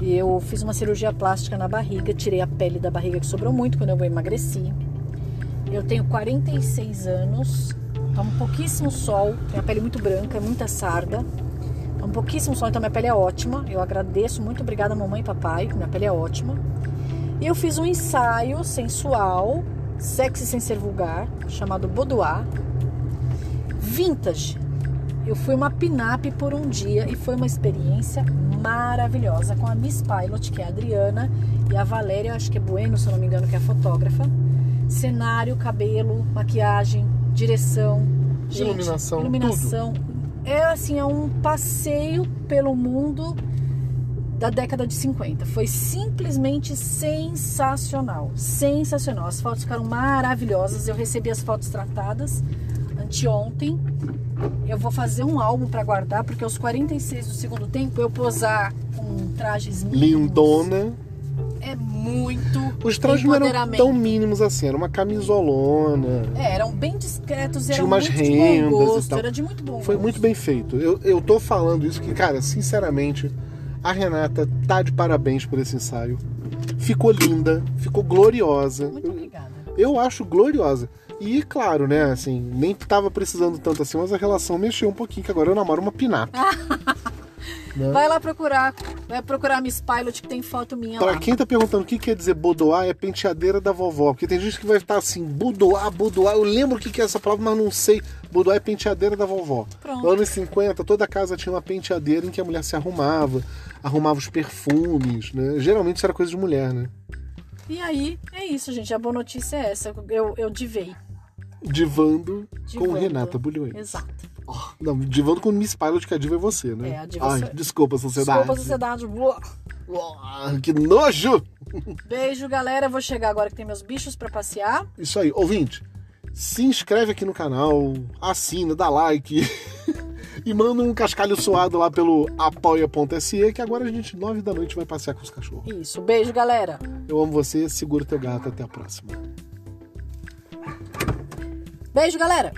B: e Eu fiz uma cirurgia plástica na barriga, tirei a pele da barriga que sobrou muito quando eu emagreci. Eu tenho tá um 46 anos, tomo pouquíssimo sol, tenho a pele muito branca, muita sarda. um pouquíssimo sol, então minha pele é ótima. Eu agradeço, muito obrigada mamãe e papai, que minha pele é ótima. E eu fiz um ensaio sensual, sexy sem ser vulgar, chamado Boudoir, vintage. Eu fui uma pinap por um dia e foi uma experiência maravilhosa com a Miss Pilot, que é a Adriana, e a Valéria, acho que é Bueno, se eu não me engano, que é a fotógrafa. Cenário, cabelo, maquiagem, direção, gente,
A: Iluminação,
B: iluminação. É assim, é um passeio pelo mundo da década de 50. Foi simplesmente sensacional. Sensacional. As fotos ficaram maravilhosas. Eu recebi as fotos tratadas anteontem. Eu vou fazer um álbum para guardar, porque aos 46 do segundo tempo eu posar com trajes mínimos
A: Lindona.
B: É muito
A: Os trajes não eram
B: empoderamento.
A: tão mínimos assim, era uma camisolona.
B: É, eram bem discretos,
A: Tinha
B: eram
A: umas
B: muito de bom
A: rendas e
B: gosto,
A: tal.
B: era de muito bom
A: Foi
B: gosto.
A: muito bem feito. Eu, eu tô falando isso que, cara, sinceramente, a Renata tá de parabéns por esse ensaio. Ficou linda, ficou gloriosa.
B: Muito obrigada.
A: Eu acho gloriosa. E claro, né, assim, nem tava precisando tanto assim, mas a relação mexeu um pouquinho, que agora eu namoro uma pinap. Né?
B: Vai lá procurar, vai procurar a Miss Pilot que tem foto minha
A: Pra
B: lá.
A: quem tá perguntando o que quer dizer bodoar, é penteadeira da vovó. Porque tem gente que vai estar assim, bodoar, bodoar. Eu lembro o que que é essa palavra, mas não sei. Bodoar é penteadeira da vovó.
B: Pronto.
A: Anos 50, toda casa tinha uma penteadeira em que a mulher se arrumava, arrumava os perfumes, né? Geralmente isso era coisa de mulher, né?
B: E aí, é isso, gente. A boa notícia é essa. Eu, eu divei.
A: Divando,
B: Divando.
A: com Renata Bulhões.
B: Exato.
A: Não, divando com Miss Pilot, que a diva é você, né?
B: É, a diva
A: Ai,
B: sou eu.
A: desculpa, sociedade.
B: Desculpa, sociedade. Boa.
A: Ah, Que nojo!
B: Beijo, galera. Eu vou chegar agora que tem meus bichos pra passear.
A: Isso aí, ouvinte, se inscreve aqui no canal, assina, dá like [LAUGHS] e manda um cascalho suado lá pelo apoia.se que agora a gente, nove da noite, vai passear com os cachorros.
B: Isso. Beijo, galera.
A: Eu amo você, segura teu gato, até a próxima.
B: Beijo, galera.